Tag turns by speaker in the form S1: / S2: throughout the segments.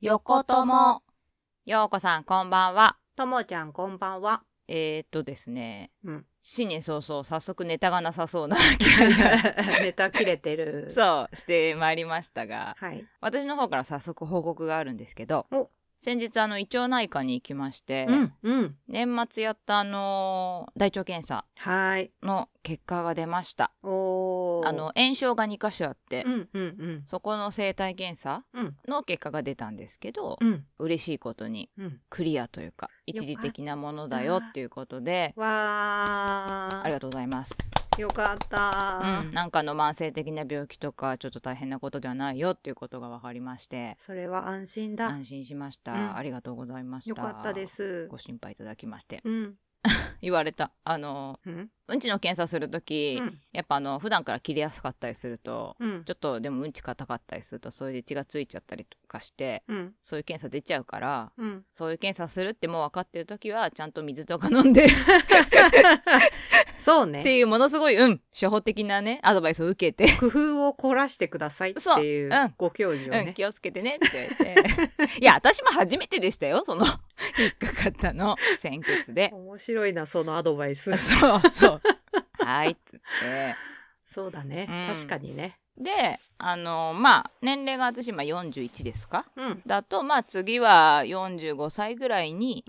S1: 横友。
S2: ようこさん、こんばんは。
S1: ともちゃん、こんば んは。
S2: えー、っとですね。
S1: うん。
S2: 新年早々、早速ネタがなさそうな
S1: ネタ切れてる。
S2: そう、してまいりましたが、
S1: はい。
S2: 私の方から早速報告があるんですけど
S1: お、
S2: 先日、あの、胃腸内科に行きまして、
S1: うん、うん。
S2: 年末やった、あのー大腸検査
S1: はい。
S2: の結果が出ました。
S1: おー。
S2: あの、、炎症が2箇所あって、
S1: うん、うん、うん。
S2: そこの生体検査
S1: うん、
S2: の結果が出たんですけど、
S1: うん、
S2: 嬉しいことに
S1: うん。
S2: クリアというか、
S1: よかった
S2: 一時的なものだよっていうことで、
S1: わ
S2: あり
S1: ー。
S2: がとうございます。
S1: よかった
S2: うん、なんかの慢性的な病気とか、ちょっと大変なことではないよっていうことが分かりまして、
S1: それは安心だ。
S2: 安心しました、
S1: うん
S2: ありがとうございました。
S1: よかったで。す。
S2: ご心配いただきまして。
S1: うん。
S2: 言われた。あの、
S1: うん。
S2: うんちの検査するとき、
S1: うん。
S2: やっぱあの、普段から切れやすかったりすると、
S1: うん
S2: ち。ょっとでもうんち硬かったりすると、それで血がついちゃったりとかして、
S1: うん。
S2: そういう検査出ちゃうから、
S1: うん。
S2: そういう検査するってもう分かってるときは、ちゃんと水とか飲んで、っ
S1: そうね。
S2: ていうものすごい、うん、処方的なね、アドバイスを受けて、
S1: 工夫を凝らしてくださいっていう
S2: そううん
S1: ご教授を
S2: うん、
S1: ね。
S2: 気をつけてねって言 って。いや、私も初めてでしたよ、その、引っかかったの、先決で。
S1: 面白いな、そのアドバイス。
S2: そう、そう。はい、っつって。
S1: そうだね
S2: う。ん
S1: 確かにね。
S2: で、あの、まあ、年齢が私今41ですか
S1: うん。
S2: だと、まあ、次は45歳ぐらいに、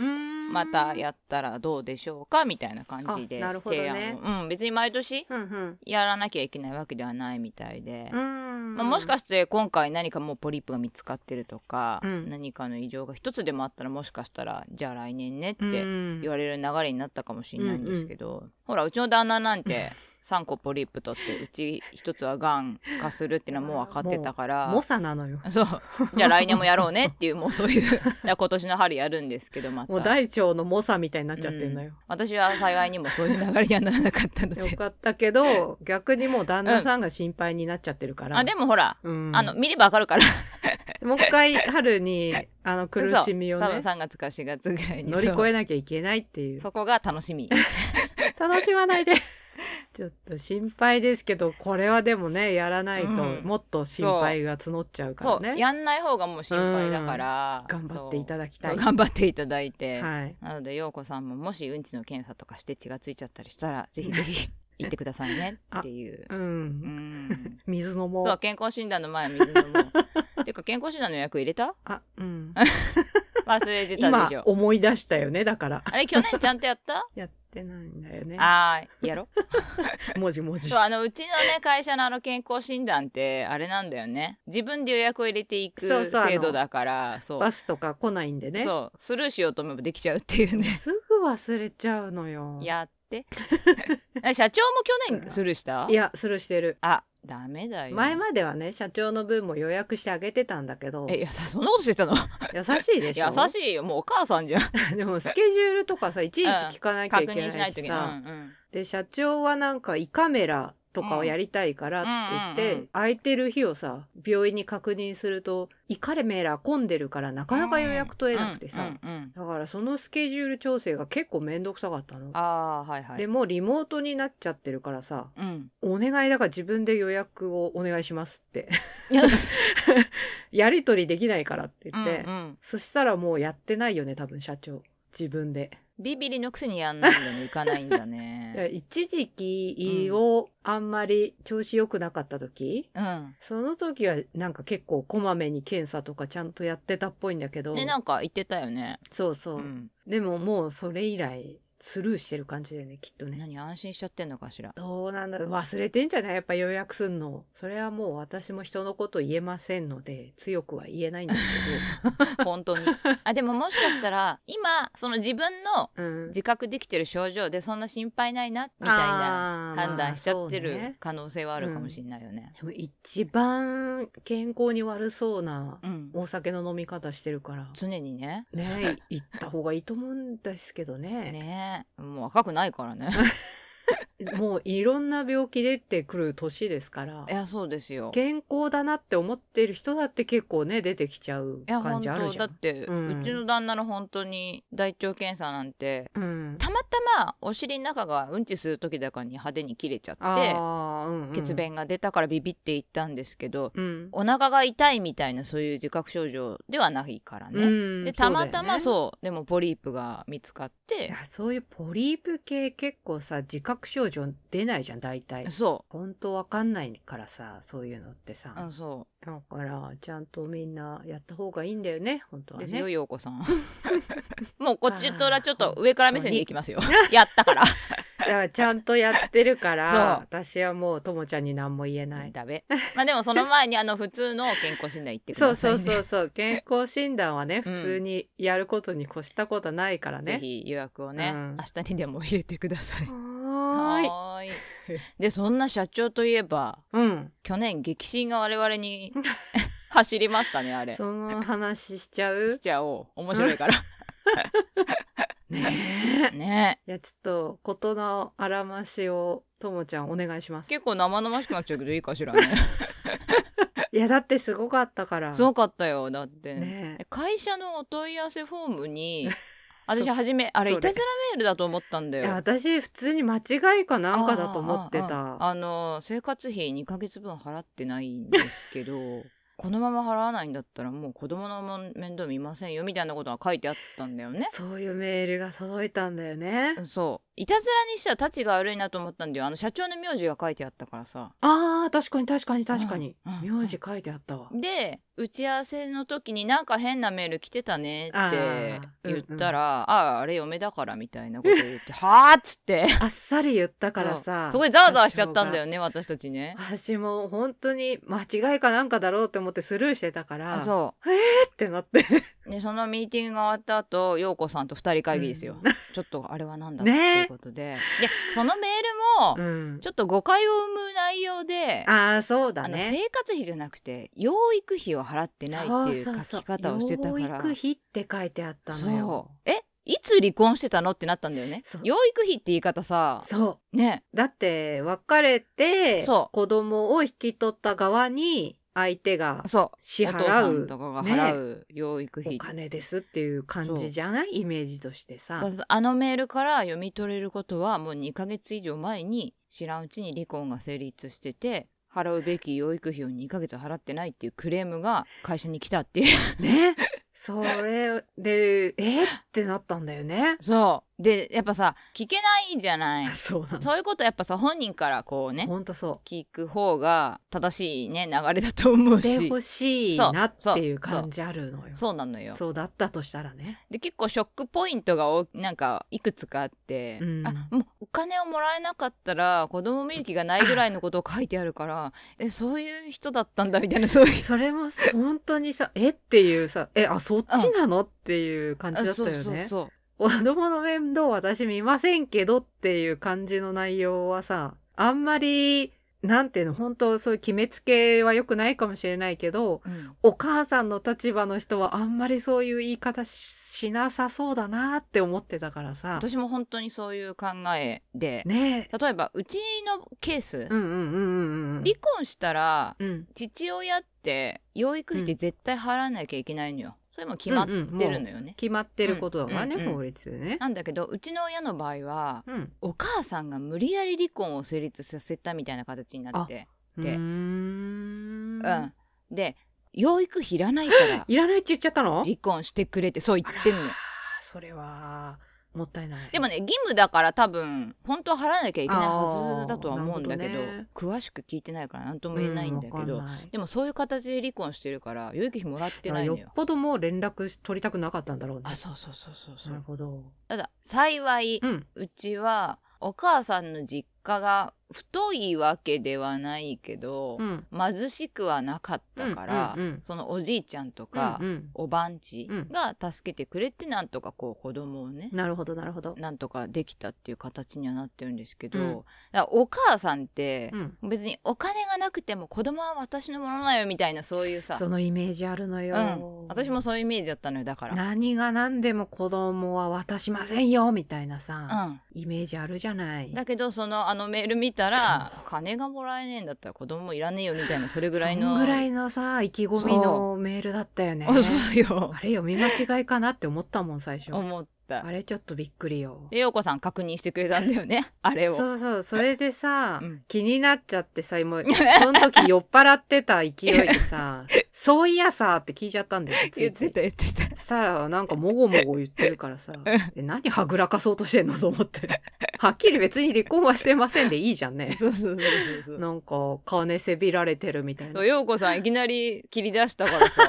S2: また
S1: っ
S2: やったらどうでしょうかみたいな感じで
S1: あなるほどね
S2: をうん、別に毎年
S1: うんうん
S2: やらなきゃいけないわけではないみたいで。
S1: うん
S2: まあ、もしか
S1: し
S2: して今回何かもうポリープが見つかってるとか、
S1: うん
S2: 何かの異常が一つでもあったらもしかしたらじゃあ来年ねって言
S1: て
S2: われる流れになったかもしれないんですけど、ほらうちの旦那なん て3個ポリープ取ってうち一つはがん化するっていうのはもう分かってたから
S1: 猛者なのよ
S2: そうじゃあ来年もやろうねっていうもう そういうだから今年の春やるんですけどまた
S1: もう大腸の猛者みたいになっちゃってんのよ、
S2: 私は幸いにもそういう流れにはならなかったの
S1: よ
S2: で。
S1: かったけど逆にもう旦那さんが心配になっちゃってるから、
S2: あでもほら、
S1: うん
S2: あの見ればわかるから
S1: もう一回春にあの苦しみを
S2: そう多
S1: ね
S2: 分3月か4月ぐらいに
S1: 乗り
S2: そう
S1: 越えなきゃいけないっていう
S2: そこが楽しみ。
S1: 楽しまな いでちょっと心配ですけどこれはでもねやらないと
S2: うん
S1: もっと心配が募っちゃうか
S2: そ
S1: ら
S2: う、
S1: ね、
S2: やんない方がもう心配だから、
S1: 頑張っていた
S2: だ
S1: だきたい、
S2: 頑張っていただいて、
S1: はい、
S2: なので陽子さんももしうんちの検査とかして血がついちゃったりした らぜひぜひ行ってくださいねっていう
S1: う
S2: うん ん
S1: 水飲もう
S2: そう健康診断の前は水飲も うてか健康診断の予約入れた
S1: あ、うん。
S2: 忘れてた
S1: 今
S2: でしょ
S1: 思い出したよね、だから。
S2: あれ去年ちゃんとや った
S1: やってないんだよね。
S2: あー やろ
S1: 文字文字
S2: そう。あのうちのね会社のあの健康診断ってあれなんだよね自分で予約を入れてい
S1: そう
S2: く
S1: そうあの
S2: 制度だからそう
S1: バスとか来ないんでね。
S2: そうスルーしようと思えばできちゃうっていうね
S1: すぐ忘れちゃうのよ。
S2: や って。あ社長も去年スルーした
S1: いや、スルーしてる。
S2: あ、ダメだよ。
S1: 前まではね、社長の分も予約してあげてたんだけど、
S2: え、い
S1: 優
S2: やさ、そんなことしてたの
S1: しいでし ょ
S2: 優しいよ。もうお母さんじゃん。
S1: い。でも、スケジュールとかさ、いちいち聞かなきゃい
S2: 確
S1: けな
S2: 認
S1: い
S2: しないとい
S1: し
S2: けない。
S1: さ。
S2: うんうん
S1: で、社長はなんか、胃カメラとかをやりたいからって言
S2: うんうんうん
S1: っ
S2: うん
S1: て、空いてる日をさ、病院に確認すると、胃カメラ混んでるから、なかなか予約取れなくてさ、
S2: うんうんうん
S1: だからそのスケジュール調整が結構めんどくさかったの。
S2: あーはいはい。
S1: でもリモートになっちゃってるからさ、
S2: うん。
S1: お願いだから自分で予約をお願いしますって。
S2: いや
S1: やりとりできないからって言って、
S2: うんうん
S1: そしたらもうやってないよね、多分社長。自分で。
S2: ビビリのくせにやんないんだね。行かないんだ
S1: だから
S2: ね。
S1: 一時期をあんまり調子良くなかった時、
S2: うん。
S1: その時はなんか結構こまめに検査とかちゃんとやってたっぽいんだけど、
S2: ね、なんか言ってたよね。
S1: そうそう、
S2: うん。
S1: でももうそれ以来スルーしてる感じだよね、きっとね。
S2: 何安心しちゃってんのかしら。
S1: どうなんだろう忘れてんじゃないやっぱ予約すんの。それはもう私も人のこと言えませんので、強くは言えないんです
S2: 本当に。あ、でももしかしたら、今、その自分の
S1: けど。うん。
S2: 自覚できてる症状でそんな心配ないな、みたいな。
S1: あー
S2: 判断しちゃって
S1: まあそう
S2: る
S1: ね
S2: 可能性はあるかもしれないよね。
S1: でも一番健康に悪そうな
S2: うん、
S1: お酒の飲み方してるから。
S2: 常にね。
S1: ね行った方がいいと思うんですけどね。
S2: ねえもう若くないからね。
S1: もういろんな病気出てくる年ですから
S2: い、やそうですよ
S1: 健康だなって思ってる人だって結構ね、出てきちゃう
S2: いや
S1: 感
S2: 本
S1: じある
S2: 当
S1: じ
S2: だ
S1: ゃ
S2: っ
S1: ん。
S2: て、
S1: うん
S2: うちの旦那の本当に大腸検査なんて
S1: うん。
S2: たまたまお尻の中がうんちする時だからに派手に切れちゃっ
S1: ああ、うん、うん。
S2: て血。便が出たからビビって行ったんですけど、
S1: うん。
S2: お腹が痛いみたいなそういう自覚症状ではないからね、
S1: うん
S2: でたまたま
S1: そうだよ
S2: そ
S1: ね
S2: う,、でもポリープが見つかっ
S1: い
S2: て
S1: やそういうポリープ系結構さ自覚症状出ないじゃん大体
S2: そ
S1: 本当わかんないからさそういうのってさ、
S2: う、うん、そ
S1: だからちゃんとみんなやった方がいいんだよね本当
S2: う
S1: は
S2: ですよ
S1: ね
S2: 陽子さん もうこっちとらちょっと上から目線でいきますよ やったから
S1: だからちゃんとやってるか
S2: そう
S1: ら私はもうともちゃんに何も言えない、
S2: ダメまあでもその前にあの普通の健康診断行ってく
S1: そう
S2: ださい、
S1: そ
S2: ね、
S1: うそうそう健康診断はね
S2: うん
S1: 普通にやることに越したことないから
S2: ぜ
S1: ね、
S2: ひ予約をね、
S1: うん
S2: 明日にでも入れてください。
S1: はーい
S2: はーいでそんな社長といえば
S1: うん
S2: 去年激震が我々 に走りましたねあれ。し
S1: その話しちゃう
S2: ちゃおう面白いから。
S1: ねえ
S2: ね
S1: いやちょっと事のあらましをともちゃんお願いします
S2: 結構生々しくなっちゃうけどいいかしらね。
S1: いやだってすごかったから
S2: すごかったよだって、
S1: ねえ
S2: 会社のお問い合わせフォーム に私
S1: そ
S2: 初めあれ
S1: そ
S2: い
S1: れ
S2: たずらメールだと思ったんだ
S1: いや
S2: よ。
S1: 私普通に間違いかなんかだと思って
S2: あーあーあー
S1: た
S2: あの生活費2ヶ月分払ってないんですけど このまま払わないんだったらもう子供の面倒見ませんよみたいなことが書いてあったんだよ ね
S1: そういうメールが届いたんだよね
S2: そういたずらにしてはたちが悪いなと思ったんだよあの社長の名字が書いてあったからさ
S1: あー確かに確かに確かに
S2: うんうん
S1: 名字書いてあったわ
S2: で打ち合わせの時になんか変なメール来てたね
S1: あ
S2: って
S1: ー
S2: 言ったら「あ、ああれ嫁だから」みたいなこと言って「 はあ」っつって
S1: あっさり言ったから
S2: そ
S1: さ
S2: うすごいざわざわしちゃったんだよ
S1: ね
S2: ね私たちね
S1: 私も本当に間違いかなんかだろうって思ってスルーしてたから
S2: あそう
S1: ってなって
S2: でそのミーティングが終わった後陽子さんと二人会議ですよ、 ちょっとあれはなんだって
S1: ね
S2: いうことで、でそのメール
S1: う
S2: も
S1: ん
S2: ちょっと誤解を生む内容で、あ
S1: ああそうだ
S2: の
S1: ね
S2: 生活費じゃなくて養育費を払ってないっていう
S1: そそそ
S2: 書き方をしてたから
S1: 養育費って書いてあったのよ
S2: そうえいつ離婚してたのってなったんだよね
S1: そう
S2: 養育費って言い方さ
S1: そう
S2: ね
S1: だって別れて
S2: そ
S1: 子供を引き取った側に相手が
S2: そう
S1: 支
S2: お父さ
S1: 払
S2: んと
S1: う
S2: かが払う養育費
S1: お金ですっていう感じじゃないイメージとしてさ。
S2: あのメールから読み取れることはもう2ヶ月以上前に知らんうちに離婚が成立してて払うべき養育費を2ヶ月払ってないっていうクレームが会社に来たっていう
S1: ね。それで、えってなったんだよね。
S2: そうでやっぱさ聞けないじゃない
S1: そうなの。
S2: そういうことやっぱさ本人からこうね
S1: ほんとそ
S2: 聞く方が正しいね流れだと思
S1: う。
S2: う
S1: で
S2: し
S1: ほしい
S2: そう
S1: なっていう
S2: そう
S1: 感じあるのよ。
S2: そうなのよ
S1: そうだったとしたらね。
S2: で結構ショックポイントがおなんかいくつかあって、
S1: うん
S2: あもうお金をもらえなかったら子供見る気がないぐらいのことを書いてある からえそういう人だったんだみたいなそういう。
S1: それも本当にさ、えっていうさ、え、あ、そっちなのっていう 感じだったよ
S2: あそうそう
S1: ね。
S2: そう
S1: 子供の面倒私見ませんけどっていう感じの内容はさ、あんまり、なんていうの、本当そういう決めつけは良くないかもしれないけど、
S2: うん
S1: お母さんの立場の人はあんまりそういう言い方ししなさそうだなって思ってたからさ。
S2: 私も本当にそういう考えで、
S1: ねえ。
S2: 例えばうちのケース、
S1: うんうんうんうんうん。
S2: 離婚したら
S1: うん。
S2: 父親って養育費って絶対払わなきゃいけないのよ、それも決まってるのよね、
S1: 決まってることだからね、
S2: うんうんうん
S1: 法律でね。
S2: なんだけどうちの親の場合は
S1: うん。
S2: お母さんが無理やり離婚を成立させたみたいな形になってで
S1: うーん
S2: うん、で養育費いらないから
S1: いらないって言っちゃったの
S2: 離婚してくれってそう言ってんのよ
S1: あそれは、もったいない。
S2: でもね義務だから多分本当は払わなきゃいけないはずだとは思うんだけど
S1: あーなる
S2: 詳しく聞いてないから何と
S1: う
S2: も
S1: わか
S2: 言え
S1: んな
S2: ない
S1: い、
S2: んだけど、でもそういう形で離婚してるから養育費もらってないの
S1: よ
S2: よ
S1: っ。ぽどもう連絡取りたくなかったんだろうね。
S2: あそうそうそうそうそ
S1: なる
S2: う。
S1: ほど。
S2: ただ幸い
S1: うん。
S2: うちはお母さんの実家が太いわけではないけど、
S1: うん。
S2: 貧しくはなかったから、
S1: うんうんうん
S2: そのおじいちゃんとか、
S1: うんうん
S2: おばんち
S1: うん
S2: が助けてくれてなんとかこう子供をね、
S1: なるほど、なるほど。
S2: なんとかできたっていう形にはなってるんですけど、
S1: う
S2: だ
S1: ん
S2: からお母さんって
S1: う、ん。
S2: 別にお金がなくても子供は私のものだよみたいなそういうさ
S1: そのイメージあるのよ。
S2: うん、私もそういうイメージだったのよだから。
S1: 何が何でも子供は渡しませんよ、みたいなさ、
S2: う
S1: イメージあるじゃない
S2: ん、。だけどそのあのメール見たら金がもらえねえんだったら子供もいらねえよみたいなそれぐらいの
S1: そんぐらいのさ、意気込みのメールだったよね。
S2: あ そうよ
S1: あれ読み間違いかなって思ったもん、最初。
S2: 思った
S1: あれちょっとびっくりよ。
S2: で陽子さん確認してくれたんだよねあれを
S1: そうそう、それでさ、
S2: うん
S1: 気になっちゃってさ、 もう、その時酔っ払ってた勢いでさ、そういやさって聞いちゃったんだよ、つ
S2: 言
S1: い
S2: っ
S1: つ
S2: て
S1: い
S2: た。言ってた
S1: そしたら、なんかもごもご言ってる からさ、え何はぐらかそうとしてんのと思って。はっきり別に離婚はしてませんでいいじゃんね。
S2: そうそうそうそうそう
S1: なんか、金せびられてるみたいな
S2: そう。陽子さんいきなり切り出したから さ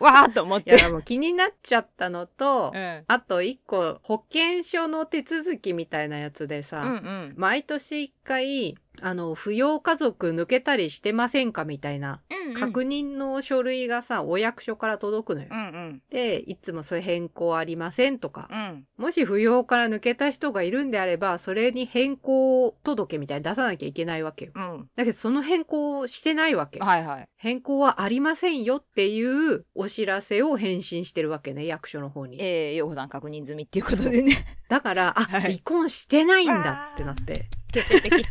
S2: わーっと思っ
S1: いや、
S2: て
S1: でも気になっちゃったの と、
S2: うん
S1: あと一個、保険証の手続きみたいなやつでさ、
S2: うんうん
S1: 毎年一回、あの、扶養家族抜けたりしてませんかみたいな、
S2: うんうん
S1: 確認の書類がさ、お役所から届くのよ。
S2: うんうん
S1: で、いつもそういう変更ありませんとか、
S2: うん
S1: もし扶養から抜けた人がいるんであれば、それに変更届みたいに出さなきゃいけないわけよ。
S2: うん
S1: だけど、その変更をしてないわけ。
S2: はいはい
S1: 変更はありませんよっていうお知らせを返信してるわけね、役所の方に。
S2: えー、陽子さん確認済みっていうことでね
S1: だから、あ、
S2: はい
S1: 離婚してないんだってなって、
S2: 決定的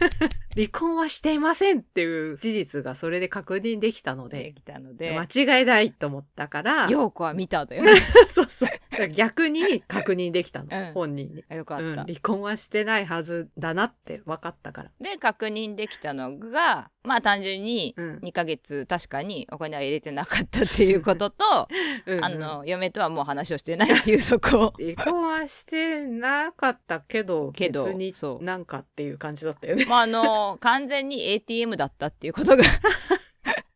S1: 離婚はしていませんっていう事実がそれで確認できたの
S2: で
S1: で、
S2: きた ので
S1: 間違いないと思ったから、
S2: 陽子は見ただよ
S1: そうそう。だから逆に確認できたの、
S2: うん
S1: 本人に。
S2: よか
S1: う
S2: った、
S1: ん、離婚はしてないはずだなって分かったから。
S2: で確認できたのがまあ単純に
S1: うん
S2: 2ヶ月確かにお金は入れてなかったっていうことと、
S1: うんうん
S2: あ、の嫁とはもう話をしてないっていうそこ
S1: 離婚はしてなかったけど、
S2: けど
S1: 別に
S2: そう
S1: なんかっていう感じだったよね。
S2: まああの完全に ATM だったっていうことが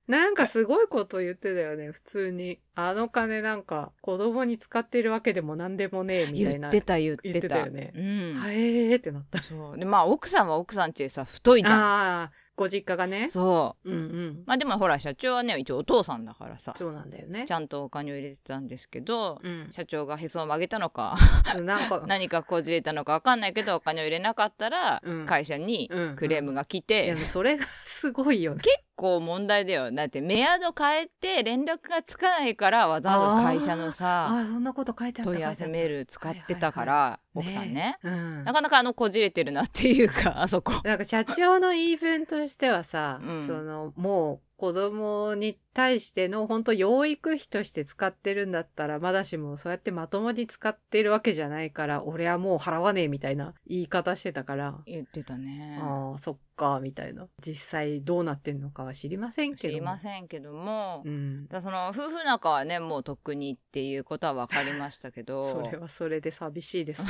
S1: なんかすごいこと言ってたよね、普通に。あの金なんか子供に使ってるわけでも何でもね えみたい
S2: 言
S1: な。
S2: ってた言ってた
S1: 言ってたよね
S2: うん
S1: はえーってなった。
S2: そうでまあ奥さんは奥さんってさ太いじゃ
S1: ああ、ご実家がね
S2: ん。そう
S1: うんうん。
S2: まあでもほら社長はね一応お父さんだからさ
S1: そうなんだよね
S2: ち。ゃんとお金を入れてたんですけど、
S1: うん。
S2: 社長がへそを曲げたのか
S1: なんか、
S2: 何かこじれたのか分かんないけどお金を入れなかったら
S1: うん
S2: 会社に
S1: うん
S2: クレームが来
S1: い
S2: て、
S1: や、それがすごいよね。
S2: 結構問題だよだってメアド変えて連絡がつかないからわざわざ会社のさ
S1: ああ、そんなこと書いてあった。
S2: 問い合わせメール使ってたから、
S1: 書い
S2: 奥
S1: てあった
S2: さんね
S1: うん。
S2: なかなかあのこじれてるなっていう かあそこ
S1: なんか社長の言い分としてはさ、
S2: うん
S1: そのもう子供に対しての本当養育費として使ってるんだったらまだしもそうやってまともに使ってるわけじゃないから俺はもう払わねえみたいな言い方してたから、
S2: 言ってたね
S1: ああそっかみたいな実際どうなってんのかは知りませんけ
S2: 知
S1: ど
S2: りま
S1: ん、
S2: せんけども、
S1: うん、
S2: だからその夫婦仲はねもうとっくにっていうことは分かりましたけど
S1: それはそれで寂しいですね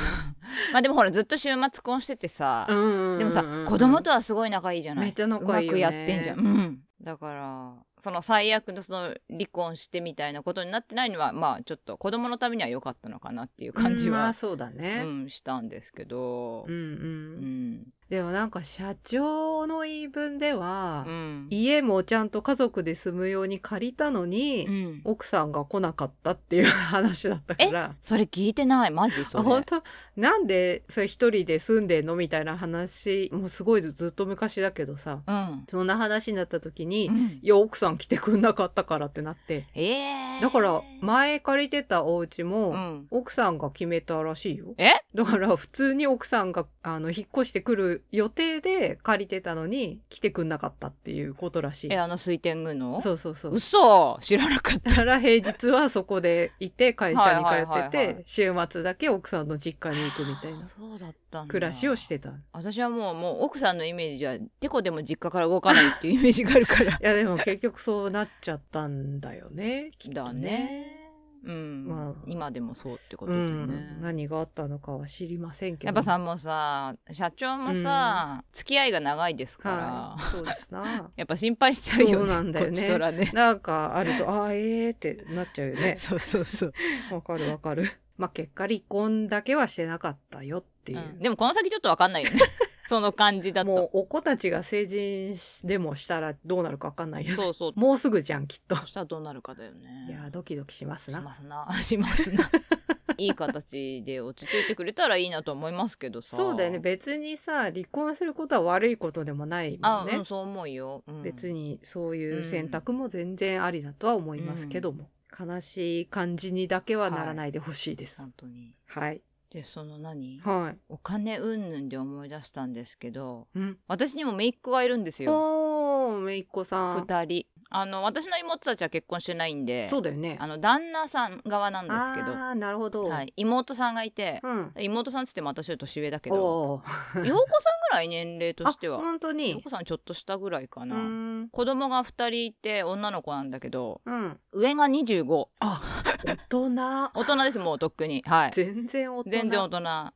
S2: まあでもほらずっと週末婚しててさ、
S1: うんうんうんうん
S2: でもさ、子供とはすごい仲いいじゃない
S1: めっちゃ仲いい
S2: うま
S1: よね
S2: くやってんじゃん。うん。だから、その最悪のその離婚してみたいなことになってないのは、まあちょっと子供のためには良かったのかなっていう感じ
S1: うんま
S2: は
S1: あ、そうだ
S2: うん
S1: ね、
S2: したんですけどう
S1: うん、、うん
S2: ん。
S1: でもなんか社長の言い分では、
S2: うん。
S1: 家もちゃんと家族で住むように借りたのに、
S2: うん
S1: 奥さんが来なかったっていう話だったから。
S2: それ聞いてない、マジそ
S1: あ
S2: れ。
S1: 本当なんでそれ一人で住んでんのみたいな話もうすごいずっと昔だけどさ
S2: うん。
S1: そんな話になった時に、
S2: う
S1: い
S2: ん
S1: や奥さん来てくんなかったからってなって
S2: ええー。
S1: だから前借りてたお家も、
S2: うん。
S1: 奥さんが決めたらしいよ
S2: え
S1: だから普通に奥さんがあの引っ越してくる予定で借りてたのに来てくんなかったっていうことらしい
S2: え、あの水天宮の
S1: そうそうそう
S2: 嘘知らなかった。
S1: たら平日はそこでいて会社に通って
S2: はいはいはいは
S1: て週末だけ奥さんの実家に行くみたい な
S2: そうだったんだ。
S1: 暮らしをしてたい
S2: 私はもう、もう奥さんのイメージは、てこでも実家から動かないっていうイメージがある から。
S1: やでも結局そうなっちゃったんだよねきっと
S2: だね。うん、
S1: まあ
S2: 今でもそうってこと
S1: う
S2: だよね。
S1: ん何があったのかは知りませんけど
S2: やっぱさ、もうさ、社長もさ、付き合いが長いですから、
S1: はいそうですな
S2: やっぱ心配しちゃうよね。
S1: そうなんだよね
S2: こっちとらね。
S1: なんかあるとああええー、ってなっちゃうよね
S2: そうそうそう、
S1: わかるわかるまあ結果離婚だけはしてなかったよっていう
S2: う、んでもこの先ちょっとわかんないよね。その感じだった
S1: もうお子たちが成人しでもしたらどうなるかわかんないよね。
S2: そうそう
S1: もうすぐじゃん、きっと。
S2: そしたらどうなるかだよね
S1: いやー、ドキドキしま
S2: し
S1: すな。
S2: ますな します ないい形で落ち着いてくれたらいいなと思いますけどさ
S1: そうだよね。別にさ、離婚することは悪いことでもないも
S2: あ、
S1: んね。
S2: うん、そう思うよ、うん
S1: 別にそういう選択も全然ありだとは思いますけども、悲しい感じにだけはならないでほしいです。
S2: 本当に
S1: はい。
S2: でその何
S1: はい。
S2: お金云々で思い出したんですけど
S1: うん。
S2: 私にも姪っ子がいるんですよ
S1: おー、めいっ子さん。
S2: 二人あの私の妹たちは結婚してないんで
S1: そうだよね
S2: あ。の旦那さん側なんですけど
S1: あー、なるほど。
S2: はい、妹さんがいて、
S1: うん。
S2: 妹さんっつっても私より年上だけど
S1: おー。
S2: 洋子さんぐらい年齢と
S1: あ
S2: して、は
S1: 本当
S2: 洋
S1: に
S2: 子。さんちょっと下ぐらいか
S1: う
S2: な、
S1: ーん。
S2: 子供が2人いて女の子なんだけど
S1: うん。
S2: 上が25
S1: あ、大人。
S2: 大人ですもうとっくにはい
S1: 全然大人。
S2: 全然大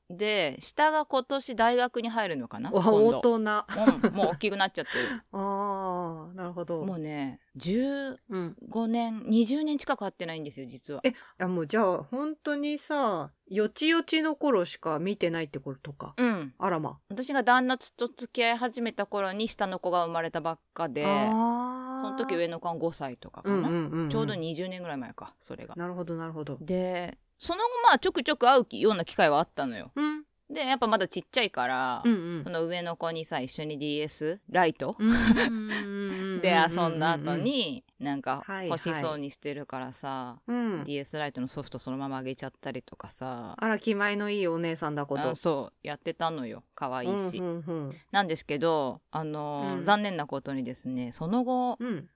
S2: 人で下が今年大学に入るのかな
S1: わ
S2: 今度
S1: 大人。あ
S2: うんもう大きくなっちゃって る
S1: あー、なるほど。
S2: もうね15
S1: うん。
S2: 年20年近く会ってないんですよ実は
S1: あ、もうじゃあ、本当にさ、よちよちの頃しか見てないってことか。
S2: うん
S1: あらま。
S2: 私が旦那と付き合い始めた頃に下の子が生まれたばっかで
S1: あー
S2: その時上の子が5歳とかか
S1: う
S2: な、
S1: んうんうんん、
S2: ちょうど20年ぐらい前かそれが
S1: なるほどなるほど
S2: でその後まあちょくちょく会うような機会はあったのよ
S1: うん
S2: でやっぱまだちっちゃいから、
S1: うん
S2: その上の子にさ一緒に DS ライト、
S1: うん
S2: で遊んだ後に、なんか
S1: はい
S2: 欲しそうにしてるからさ、
S1: うんうん
S2: DS ライトのソフトそのままあげちゃったりとかさ
S1: あら気前のいいお姉さんだこ
S2: あ
S1: と
S2: そうやってたのよ可愛いし、
S1: うんうん
S2: なんですけどあのー
S1: うん
S2: 残念なことにですねその後
S1: うんうん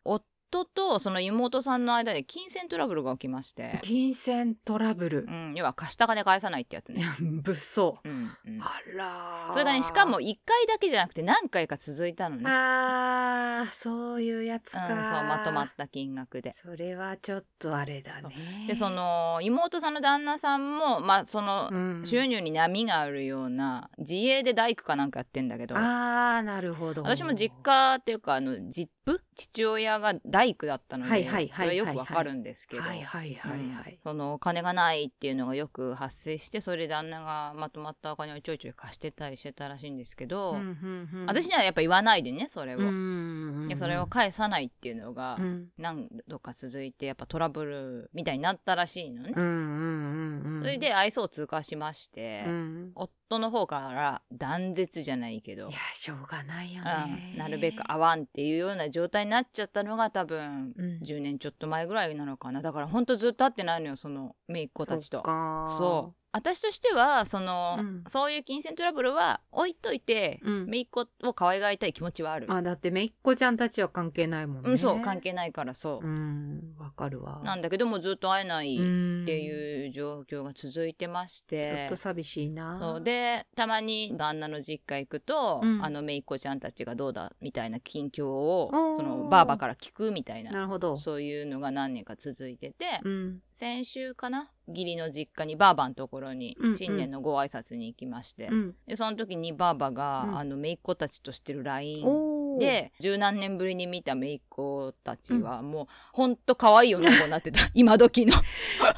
S2: 夫とその妹さんの間で金銭トラブルが起きまして、
S1: 金銭トラブル
S2: う、ん、要は貸した金返さないってやつ
S1: い
S2: ね
S1: や、 物騒
S2: うんうん、
S1: あらー
S2: それがねしかも1回だけじゃなくて何回か続いたのね
S1: あーそういうやつ
S2: うん、
S1: か、
S2: そうまとまった金額で。
S1: それはちょっとあれだね
S2: でそ、の妹さんの旦那さんも、まあ、その
S1: うん、
S2: 収入に波があるような自営で大工かなんかやってんだけど
S1: あーなるほど
S2: 私も実家っていうかあの実父父親が大工だったので、
S1: はいはい
S2: そ
S1: はい
S2: れはよくわかるんですけど。
S1: はいはいはいはい、
S2: うんそのお金がないっていうのがよく発生してそれで旦那がまとまったお金をちょいちょい貸してたりしてたらしいんですけど、
S1: うんうんうん
S2: 私にはやっぱ言わないでねそれを、
S1: うんうんうん
S2: いやそれを返さないっていうのが、
S1: うん
S2: 何度か続いてやっぱトラブルみたいになったらしいのね、
S1: うんうんうんうん
S2: それで愛想を通過しまして、
S1: うん
S2: 夫の方から断絶じゃないけ
S1: い
S2: ど
S1: や、しょうがないよ
S2: う
S1: ね
S2: ん、なるべく会わんっていうような状態になっちゃったのが多分
S1: うん
S2: 10年ちょっと前ぐらいなのかなだからほんとずっと会ってないのよその姪っ子たちと
S1: そっか
S2: そう私としてはその、
S1: うん
S2: そういう金銭トラブルは置いといて、
S1: うん
S2: 姪っ子を可愛がりたい気持ちはある、
S1: あだってめいっ子ちゃんたちは関係ないもんね
S2: うん、そう関係ないからそう、
S1: うんわかるわ
S2: なんだけどもうずっと会えない、
S1: うん
S2: っていう状況が続いてまし
S1: ちょってと。寂しいな
S2: そうでたまに旦那の実家行くと、
S1: うん
S2: あのめいっ子ちゃんたちがどうだみたいな近況を
S1: おー
S2: そのばあばから聞くみたい
S1: な
S2: な
S1: るほど
S2: そういうのが何年か続いてて、
S1: うん
S2: 先週かな義理の実家にばあばのところに
S1: うんうん
S2: 新年のご挨拶に行きまして、
S1: うん
S2: でその時にばあばが、
S1: うん
S2: あのめいっ子たちとしてる LINE
S1: おー
S2: で十何年ぶりに見ためいっ子たちは、もうほんと可愛い女の子になってた 今時の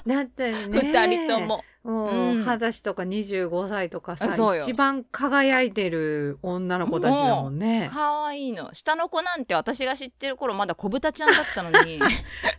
S1: だってね
S2: 二人とも。
S1: もう
S2: うん
S1: 二十歳とか25歳とかさ
S2: あそうよ
S1: 一番輝いてる女の子たちだもんね
S2: 可愛いの下の子なんて私が知ってる頃まだ小豚ちゃんだったの に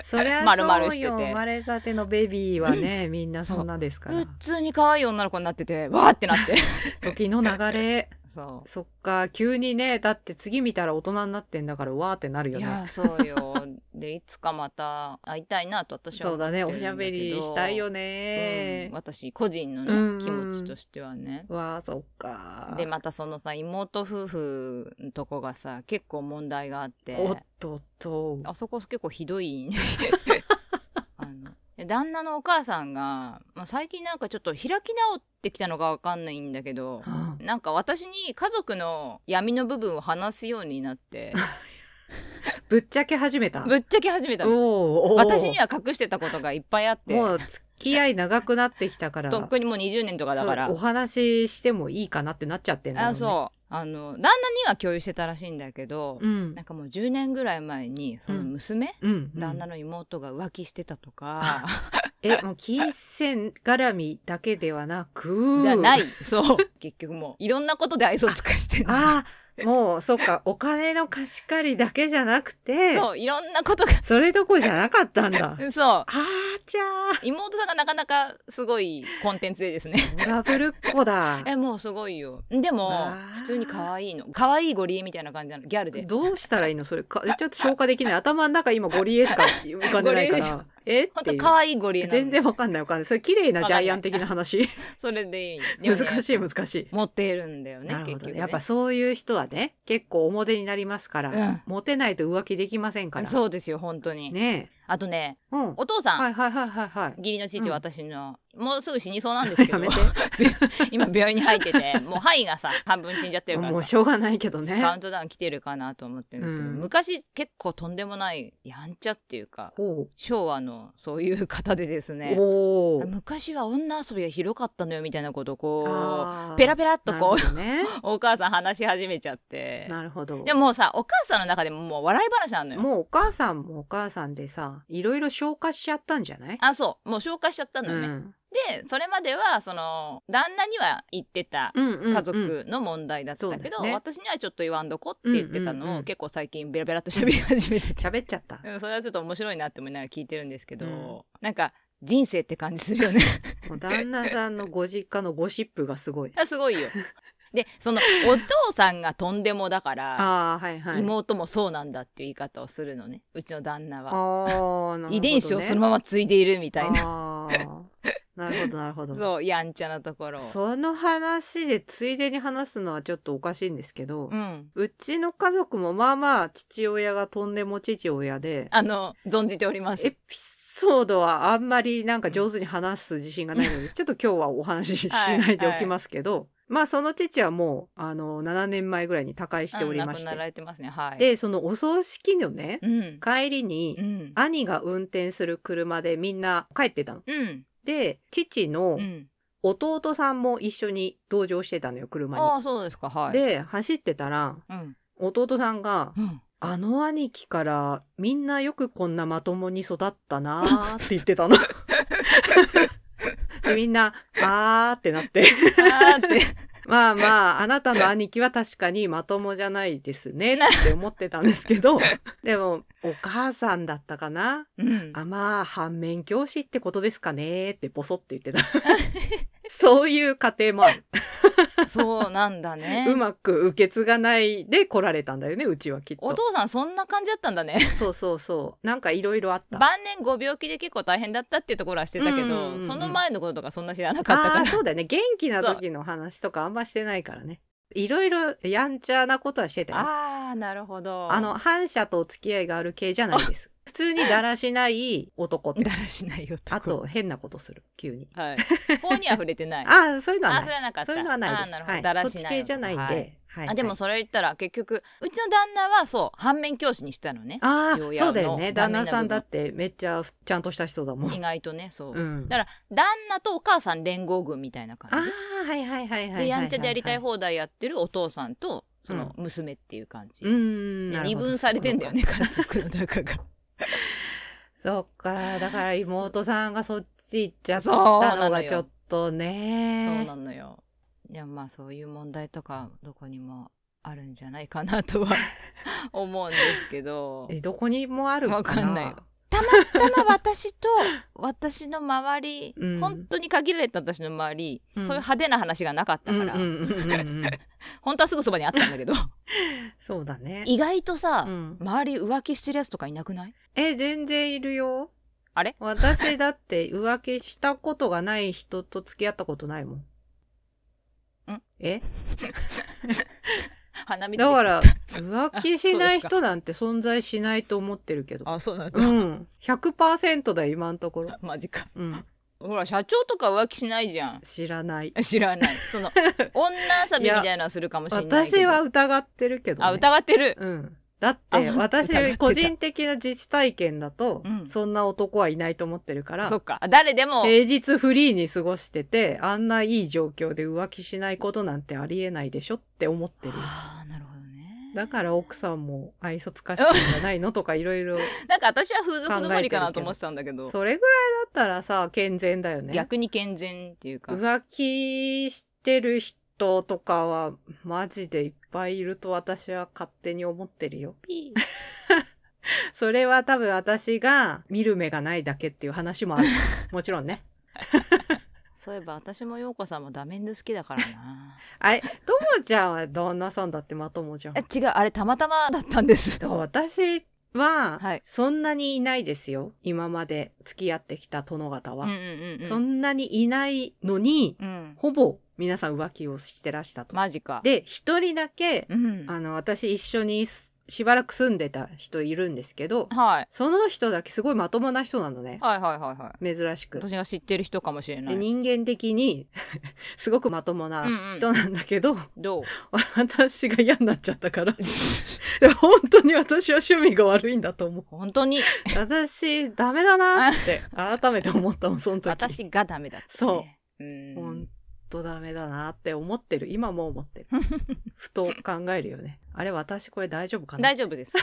S1: そりゃ
S2: 丸々
S1: そう
S2: してて
S1: よ生まれたてのベビーはねみんなそんなですから
S2: 普通に可愛い女の子になっててわーってなって
S1: 時の流れ
S2: そ
S1: そっか、急にね、だって次見たら大人になってんだから、うわーってなる
S2: う
S1: よ
S2: い
S1: ね
S2: や。そうよでいつかまた会いたいなと私は
S1: そ
S2: 思
S1: う
S2: ってるん
S1: だね、
S2: だけど
S1: おしゃべりしたいよね
S2: うん。私個人のね、
S1: うんうん
S2: 気持ちとしてはね
S1: わあ、そっか。
S2: でまたそのさ妹夫婦のとこがさ結構問題があって
S1: おっとっと。
S2: あそこ結構ひどいね あの旦那のお母さんが、まあ、最近なんかちょっと開き直ってきたのかわかんないんだけど
S1: はあ
S2: なんか私に家族の闇の部分を話すようになって
S1: ぶっちゃけ始めた。
S2: ぶっちゃけ始めたの
S1: おーおー
S2: 私には隠してたことがいっぱいあって
S1: もう付き合い長くなってきたから。
S2: とっくにもう20年とかだから
S1: そうお話ししてもいいかなってなっちゃってんだ
S2: あそうあの旦那には共有してたらしいんだけど、
S1: うん
S2: なん。かもう10年ぐらい前にその娘、
S1: うん。うん
S2: 旦那の妹が浮気してたとか、
S1: え、もう金銭絡みだけではなく、
S2: じゃない。 そう。結局もう、いろんなことで愛想尽かしてる。
S1: ああ、もう、そっか、お金の貸し借りだけじゃなくて、
S2: そう、いろんなことが。
S1: それどころじゃなかったんだ。あ
S2: そう。
S1: あちゃ
S2: 妹さんがなかなかすごいコンテンツでですね。
S1: ー、トラブルっ子だ。
S2: え、もうすごいよ。でも
S1: わー、
S2: 普通に可愛いの。可愛いゴリエみたいな感じなの。ギャルで。
S1: どうしたらいいのそれか、ちょっと消化できない。頭の中今ゴリエしか浮かんでないか
S2: ゴリエ
S1: ら。えっ
S2: ほん
S1: てい
S2: と
S1: う。
S2: 可愛いゴリエなの。
S1: 全然わかんないわかんない。それ綺麗なジャイアン的な話。
S2: それでいい。でもね
S1: 難しい難しい。
S2: 持っているんだよね、
S1: なるほ
S2: 結
S1: ど、
S2: 局、
S1: ね。
S2: ね。
S1: やっぱそういう人はね、結構表になりますから、
S2: うん
S1: モテないと浮気できませんから。
S2: そうですよ、本当に。
S1: ね
S2: あとね、
S1: え。うん。
S2: お父さん、
S1: はいはいはいはいはい。
S2: 義理の父、
S1: うん
S2: 私の、もうすぐ死にそうなんですけ
S1: や
S2: ど
S1: め、
S2: 今病院に入ってて、もう肺がさ、半分死んじゃって
S1: て。
S2: るからさ
S1: もうしょうがないけどね。
S2: カウントダウン来てるかなと思ってるんですけど、
S1: うん
S2: 昔結構とんでもないやんちゃっていうか
S1: おう
S2: 昭和のそういう方でですね
S1: おお。
S2: 昔は女遊びが広かったのよみたいなことをこ
S1: あ
S2: う
S1: ー
S2: ペラペラっとこう
S1: なるほど ね。
S2: お母さん話し始めちゃって
S1: なるほど。
S2: でももうさお母さんの中でももう笑い話なのよ
S1: もうお母さんもお母さんでさ、いろいろ消化しちゃったんじゃない
S2: あそうもう紹介しちゃったの
S1: う
S2: よね、
S1: ん。
S2: でそれまではその旦那には言ってた
S1: うんうんうん。
S2: 家族の問題だった
S1: そう
S2: け
S1: だ
S2: ど、
S1: よね
S2: 私にはちょっと言わんどこって言ってた
S1: うんう
S2: の
S1: んう
S2: を
S1: ん
S2: 結構最近ベラベラっと喋り始めてて
S1: 喋っち ゃった。
S2: うん、それはちょっと面白いなって思いながら聞いてるんですけど、
S1: うん
S2: なんか人生って感じするよ ね。
S1: もう旦那さんのご実家のゴシップがすごい。
S2: すごいよ。で、そのお父さんがとんでもだから、
S1: ああ、はいはい。
S2: 妹もそうなんだっていう言い方をするのね。うちの旦那
S1: あ
S2: は。
S1: ーなるほどね、
S2: 遺伝子をそのまま継いでいるみたいな。
S1: あーなるほど、なるほど。
S2: そう、やんちゃなところを。
S1: その話でついでに話すのはちょっとおかしいんですけど、う
S2: うん。
S1: ちの家族もまあまあ父親がとんでも父親で、
S2: あの、存じております。
S1: エピソードはあんまりなんか上手に話す自信がないので、ちょっと今日はお話ししないでおきますけど、まあその父はもう、あの、7年前ぐらいに他界しておりまし
S2: うん亡くなら
S1: て、
S2: れてますね。はい。、
S1: で、そのお葬式のね、
S2: うん。
S1: 帰りに、
S2: うん。
S1: 兄が運転する車でみんな帰ってたの。
S2: うん。
S1: で、父の
S2: うん。
S1: 弟さんも一緒に同乗してたのよ、車に。
S2: ああ、そうですか。はい。、
S1: で、走ってたら、
S2: うん。
S1: 弟さんが、
S2: うん。
S1: あの兄貴からみんなよくこんなまともに育ったなーって言ってたの。でみんな、あーってなって。
S2: あーって。
S1: まあまあ、あなたの兄貴は確かにまともじゃないですねって思ってたんですけど、でも、お母さんだったかな
S2: うん。
S1: あ、まあ、反面教師ってことですかねーってボソって言ってた。そういう家庭もある。
S2: そうなんだね。
S1: うまく受け継がないで来られたんだよね、うちはきっ
S2: お
S1: と。
S2: 父さんそんな感じだったんだね。
S1: そうそうそう。なんかいろいろあった。
S2: 晩年ご病気で結構大変だったっていうところはしてたけ
S1: うん
S2: ど、
S1: うんうん
S2: その前のこととかそんな知らなかった
S1: あ
S2: か
S1: あー、
S2: ら。
S1: そうだよね。元気な時の話とかあんましてないからね。いろいろやんちゃなことはしてたよ。
S2: ああ、なるほど。
S1: あの、、反社とお付き合いがある系じゃない です。普通にだらしない男って。
S2: だらしないよ
S1: あと、変なことする。急に。
S2: はい。法には触れてない。
S1: ああ、そういうのは
S2: あ、
S1: ない
S2: そ。れはなかった。
S1: そういうのはない
S2: あ
S1: で
S2: ー
S1: す。
S2: なるほど。だ
S1: は
S2: ら
S1: い。
S2: し
S1: そ
S2: ない
S1: っち
S2: の。
S1: 系じゃないんで。
S2: は
S1: はい
S2: あで
S1: は
S2: も
S1: い
S2: それ言ったら結局うちの旦那はそう反面教師にしたのね
S1: あ
S2: 父
S1: あ、
S2: 親の
S1: そうだよね。旦那さんだっ
S2: ダ
S1: てめっちゃふちゃんとした人だ
S2: メな
S1: も
S2: 部分
S1: ん。
S2: 意外とねそう、
S1: うん。
S2: だから旦那とお母さん連合軍みたいな
S1: あ
S2: 感じ
S1: あ、はいはいはいはいはいはい。
S2: でやんちゃでやりたい放題やってるお父さんとその娘っていう感じ、
S1: うーん。なる
S2: 二
S1: ほど
S2: 分されてんだよ。ね家族の中が
S1: そっか。だから妹さんがそっち行っちゃった
S2: そうなのよ
S1: のがちょっ
S2: そ
S1: と
S2: う
S1: ね。
S2: なのよでもまあそういう問題とかどこにもあるんじゃないかな とは思うんですけど
S1: えどこにもある
S2: わかんないたまたま私と私の周り、
S1: うん
S2: 本当に限られた私の周り、
S1: うん
S2: そういう派手な話がなかった
S1: うん
S2: か
S1: うん
S2: ら、
S1: うんうんうん。
S2: 本当はすぐそばにあったんだ けど
S1: そうだね。
S2: 意外とさ、
S1: うん、
S2: 周り浮気してるやつとかいなくない
S1: え、全然いるよ。
S2: あれ
S1: 私だって浮気したことがない人と付き合ったことないもん。
S2: ん
S1: え
S2: 花見
S1: だ から、浮気しない人なんて存在しないと思ってるけど。
S2: あそうなんだ、
S1: うん。100%だよ、今のところ。
S2: マジか
S1: うん。
S2: ほら社長とか浮気しないじゃん
S1: 知らない。
S2: 知らない。そ の、女遊びみたいなのはするかもしれないけど。
S1: 私は疑ってるけど、ね。
S2: あ、疑ってる。
S1: うん。だっ
S2: あ
S1: て、
S2: 疑って
S1: 私、
S2: た
S1: 個人的な自治体験だと、
S2: うん
S1: そんな男はいないと思ってるから
S2: そ、っか。誰でも、
S1: 平日フリーに過ごしてて、あんないい状況で浮気しないことなんてありえないでしょって思ってる。
S2: ああ、なるほどね。
S1: だから奥さんも愛想つかしてんじゃないのと かいろいろ。
S2: なんか私は風俗止まりかなと思ってたんだけど、
S1: それぐらいだったらさ、健全だよね。
S2: 逆に健全っていうか、
S1: 浮気してる人とかは、マジでいっぱいいると私は勝手に思ってるよ。
S2: ピ
S1: それは多分私が見る目がないだけっていう 話もある。もちろんね。
S2: そういえば私も陽子さんもダメンズ好きだから な。
S1: あれ、ともちゃんは旦那さんだってまともじゃん
S2: あ。違う、あれたまたまだったん です。
S1: 私は
S2: はい、
S1: そんなにいないですよ。今まで付き合ってきた殿方は。
S2: うんうんうん。
S1: そんなにいないのに、
S2: うん。
S1: ほぼ皆さん浮気をしてらしたと。
S2: マジか。
S1: で、一人だけ、
S2: うん。
S1: あの、私一緒にすしばらく住んでた人いるんですけど、
S2: はい。
S1: その人だけすごいまともな人なのね。
S2: はいはいはいはい。
S1: 珍しく。
S2: 私が知ってる人かもしれな
S1: で
S2: い。
S1: 人間的に すごくまともな
S2: うんうん
S1: 人なんだけど、
S2: どう
S1: 私が嫌になっちゃったから。でも本当に私は趣味が悪いんだと思う。
S2: 本当に
S1: 私、ダメだ なって改めて思ったの、その時。本
S2: 私がダメだった、ね。。
S1: そう
S2: う
S1: 本
S2: ん。
S1: 当ダメだなって思ってる。今も 思ってる。ふと考えるよね。あれ、私これ大丈夫かな
S2: 大丈夫です。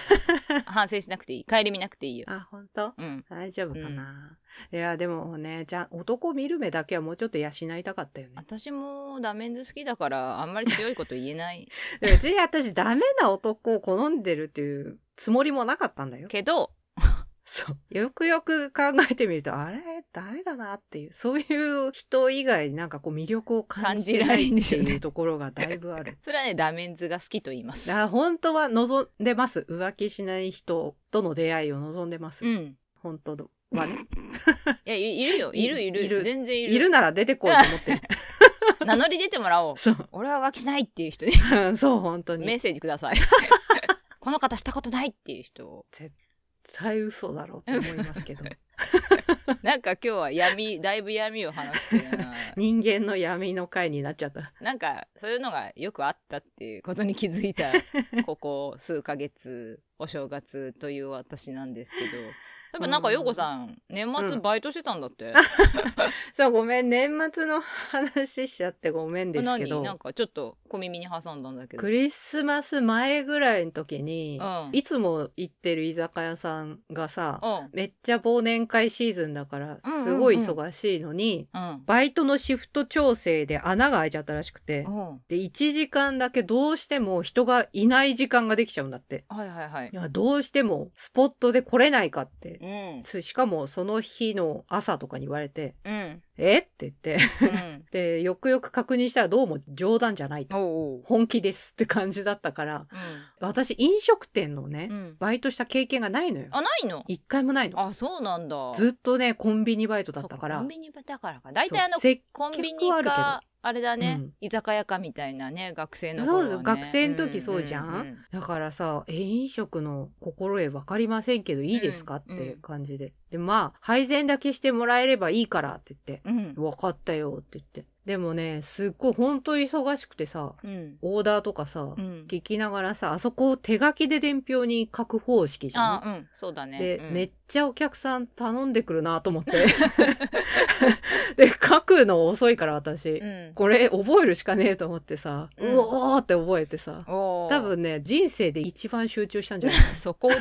S2: 反省しなくていい。帰り見なくていいよ。
S1: あ、本当
S2: うん。
S1: 大丈夫かな、いや、でもね、じゃあ男見る目だけはもうちょっと養いたかったよね。
S2: 私もダメンズ好きだから、あんまり強いこと言え ない。
S1: で別に私ダメな男を好んでるっていうつもりもなかった んだよ。
S2: けど、
S1: そう。よくよく考えてみると、あれ、ダメだなっていう、そういう人以外になんかこう魅力を感じてない
S2: 感
S1: っ
S2: じ
S1: て
S2: ないんだよ
S1: いう
S2: ね
S1: ところがだいぶ ある。
S2: それはね、ダメンズが好きと言います
S1: だ。から本当は望んでます。浮気しない人との出会いを望んでます。
S2: うん。
S1: 本当はね。
S2: いや、いいるよ。いるいる。
S1: いる
S2: 全然 いる。
S1: いるなら出てこいと思 ってる。
S2: 名乗り出ても らおう。
S1: そう。
S2: 俺は浮気しないっていう人に
S1: そう、 本当
S2: メ
S1: に。
S2: ッセージくだ さい。この方したことないっていう人を。
S1: 絶対嘘だろうって思いますけど。
S2: なんか今日は闇、だいぶ闇を話 してるな。
S1: 人間の闇の回になっちゃった。
S2: なんか、そういうのがよくあったっていうことに気づい た、ここ数ヶ月、お正月という私なんですけど。やっぱなんか、
S1: うん
S2: ようこさん、年末
S1: うん
S2: バイトしてたんだって。
S1: そう、ごめん。年末の話しちゃってごめんですけ
S2: 何
S1: ど。
S2: なんか、ちょっと小耳に挟んだんだけど。
S1: クリスマス前ぐらいの時に、
S2: うん
S1: いつも行ってる居酒屋さんがさ、
S2: うん。
S1: めっちゃ忘年会シーズンだから、
S2: うんうんうん
S1: すごい忙しいのに、
S2: うん。
S1: バイトのシフト調整で穴が開いちゃったらしくて、
S2: うん。
S1: で、1時間だけどうしても人がいない時間ができちゃうんだって。
S2: はいはいはい
S1: い。や、どうしてもスポットで来れないかって。
S2: うん。
S1: すしかもその日の朝とかに言われて、
S2: うん。
S1: えって言って、
S2: うん。
S1: で、よくよく確認したらどうも冗談じゃないと。
S2: おうおう。
S1: 本気ですって感じだったから、
S2: う
S1: 私飲食店のね、
S2: ん。うん。
S1: バイトした経験がないのよ。
S2: あ、ないの
S1: 一回もないの。
S2: あ、そうなんだ。
S1: ずっとね、コンビニバイトだったか
S2: そうコ
S1: ら
S2: ン。ビニだからか。大体あの、
S1: そう接
S2: コンビ
S1: 結
S2: ニ
S1: 構あるけど
S2: か、あれだね、
S1: うん
S2: 居酒屋かみたいなね、学生の頃は、ね。
S1: そうだよ学生の時そうじゃん
S2: う
S1: だからさ、え、飲食の心得分かりませんけどいいですか、
S2: うん
S1: っていう感じで。で、まあ、配膳だけしてもらえればいいからって言って、
S2: うんうん。
S1: 分かったよって言って。でもね、すっごい本当忙しくてさ、
S2: うん。
S1: オーダーとかさ、
S2: うん。
S1: 聞きながらさ、あそこを手書きで伝票に書く方式じゃん
S2: あ、うん。そうだね。
S1: で、
S2: うん
S1: めっちゃお客さん頼んでくるな と思って。 で、書くの遅いから私。
S2: うん。
S1: これ覚えるしかねえと思ってさ、う
S2: うん
S1: おーって覚えてさ。
S2: おー
S1: 多。分ね、人生で一番集中したんじゃな い
S2: そこで、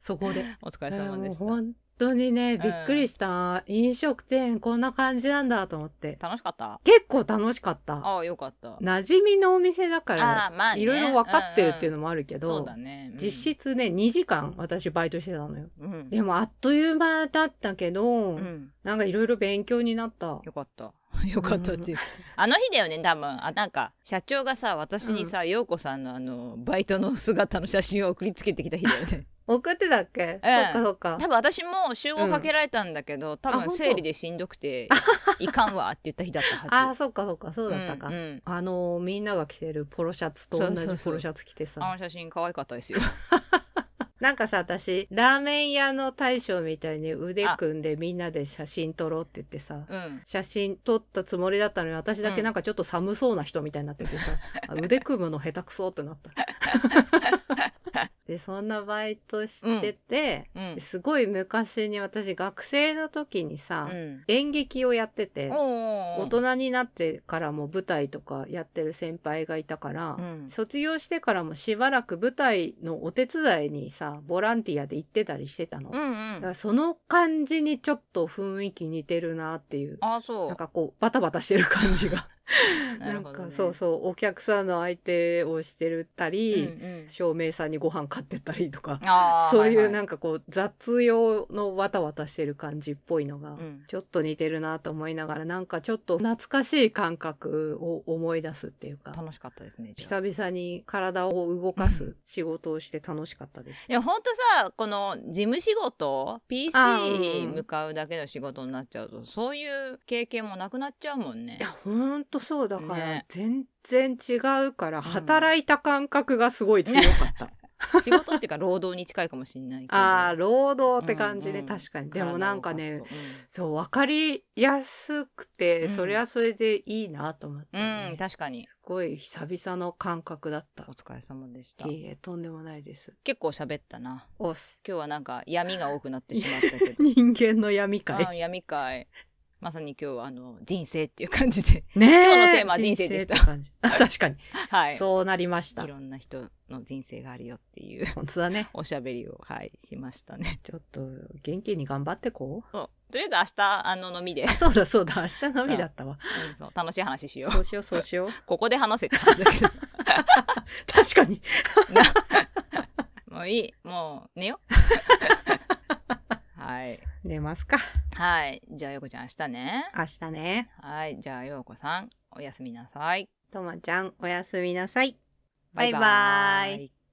S1: そこで。
S2: お疲れ
S1: えー
S2: 様
S1: も
S2: で
S1: う
S2: した。
S1: 本当にね、
S2: ん
S1: びっくりした。飲食店こんな感じなんだと思って。
S2: 楽しかった
S1: 結構楽しかった。
S2: ああ、よかった。
S1: 馴染みのお店だから、
S2: あーまあね
S1: いろいろ分かってるっていうのもあるけ
S2: そう
S1: ど
S2: だ、ね。うん
S1: 実、質ね、2時間私バイトしてたのよ。
S2: うん。
S1: でもあっという間だったけど
S2: う、ん。
S1: なんかいろいろ勉強になった。
S2: よかった。 よかったっていう。あの日だよね、多分。あ、なんか、社長がさ、私にさ、陽子さんのあの、バイトの姿の写真を送りつけてきた日だよ ね。
S1: 送ってたっけ、
S2: ええ
S1: そっかそっか。
S2: 多分私も集合かけられたんだけど、多
S1: あ本
S2: 分
S1: 当
S2: 生理でしんどく て、いかんわって言った日だったはず。
S1: ああ、そっかそっか、そうだったか。
S2: うんうん
S1: あのー、みんなが着てるポロシャツと同
S2: そう
S1: じ
S2: そうそ
S1: ポ
S2: う
S1: ロシャツ着てさ。
S2: あの写真可愛かった ですよ。
S1: なんかさ、私、ラーメン屋の大将みたいに腕組んでみんなで写真撮ろうって言ってさ、
S2: うん。
S1: 写真撮ったつもりだったのに、私だけなんかちょっと 寒そうな人みたいになっててさ、あ腕組むの下手くそってなった。で、そんなバイトしてて、
S2: うん
S1: すごい昔に私学生の時にさ、
S2: うん
S1: 演劇をやってて、
S2: お
S1: 大
S2: ー
S1: 人になってからも舞台とかやってる先輩がいたから、
S2: うん
S1: 卒業してからもしばらく舞台のお手伝いにさ、ボランティアで行ってたりしてたの。
S2: う
S1: だ
S2: んう
S1: か
S2: ん
S1: らその感じにちょっと雰囲気似てるなっていう。
S2: あそう
S1: なんかこう、バタバタしてる感じ が。なんかそう
S2: う
S1: そう、お客さんの相手をしてるったり、
S2: んうん
S1: 照明さんにご飯買ってったりとか、
S2: あー
S1: そうい
S2: は
S1: う
S2: は
S1: なんかこう、雑用のわたわたしてる感じっぽいのが、
S2: うん
S1: ちょっと似てるなと思いながら、なんかちょっと懐かしい感覚を思い出すっていうか、
S2: 楽しかったですねじゃあ
S1: 久々に体を動かす仕事をして楽しかったです。
S2: いやほんとさこの事務仕事
S1: あーうん
S2: PC に向かうだけの仕事になっちゃうとそういう経験もなくなっちゃうもんね
S1: いや、ほんとそうだから、
S2: ね
S1: 全然違うから、働いた感覚がすごい強かった。
S2: 仕事っていうか労働に近いかもしれないけど
S1: ああ、労働って感じで、
S2: うんうん
S1: 確かに。でもなんか
S2: 体を
S1: ね
S2: 動、かす
S1: そう、わかりやすくて、
S2: うん
S1: そりゃそれでいいなと思って、
S2: とうん、うん
S1: ね。
S2: 確かに
S1: すごい久々の感覚だった
S2: お。疲れ様でした
S1: いいえ、とんでもないです。
S2: 結構喋ったな
S1: おっす。
S2: 今日はなんか闇が多くなってしまったけど
S1: 人間の闇か
S2: あ
S1: い。
S2: ー闇かいまさに今日はあの人生っていう感じで
S1: ねえ
S2: 今日のテーマは人生でした
S1: 人って感じ確かに。
S2: はい
S1: そうなりました
S2: い。ろんな人の人生があるよっていう
S1: 本当だね。
S2: おしゃべりをはいしましたね
S1: ちょっと、元気に頑張ってこう。
S2: そうとりあえず明日あの飲みで、
S1: そうだそうだ、明日のみだったわ。
S2: うんそう楽しい話しよ
S1: そううしようそう しよう。
S2: ここで話せって話だけど
S1: 確かに。
S2: もういいもう寝 ようはい
S1: 寝ますか。
S2: はいじゃあようこちゃん明日ね
S1: 明日ね。
S2: はいじゃあようこさんおやすみなさい
S1: ともちゃん、おやすみなさい。バイバーイ
S2: イ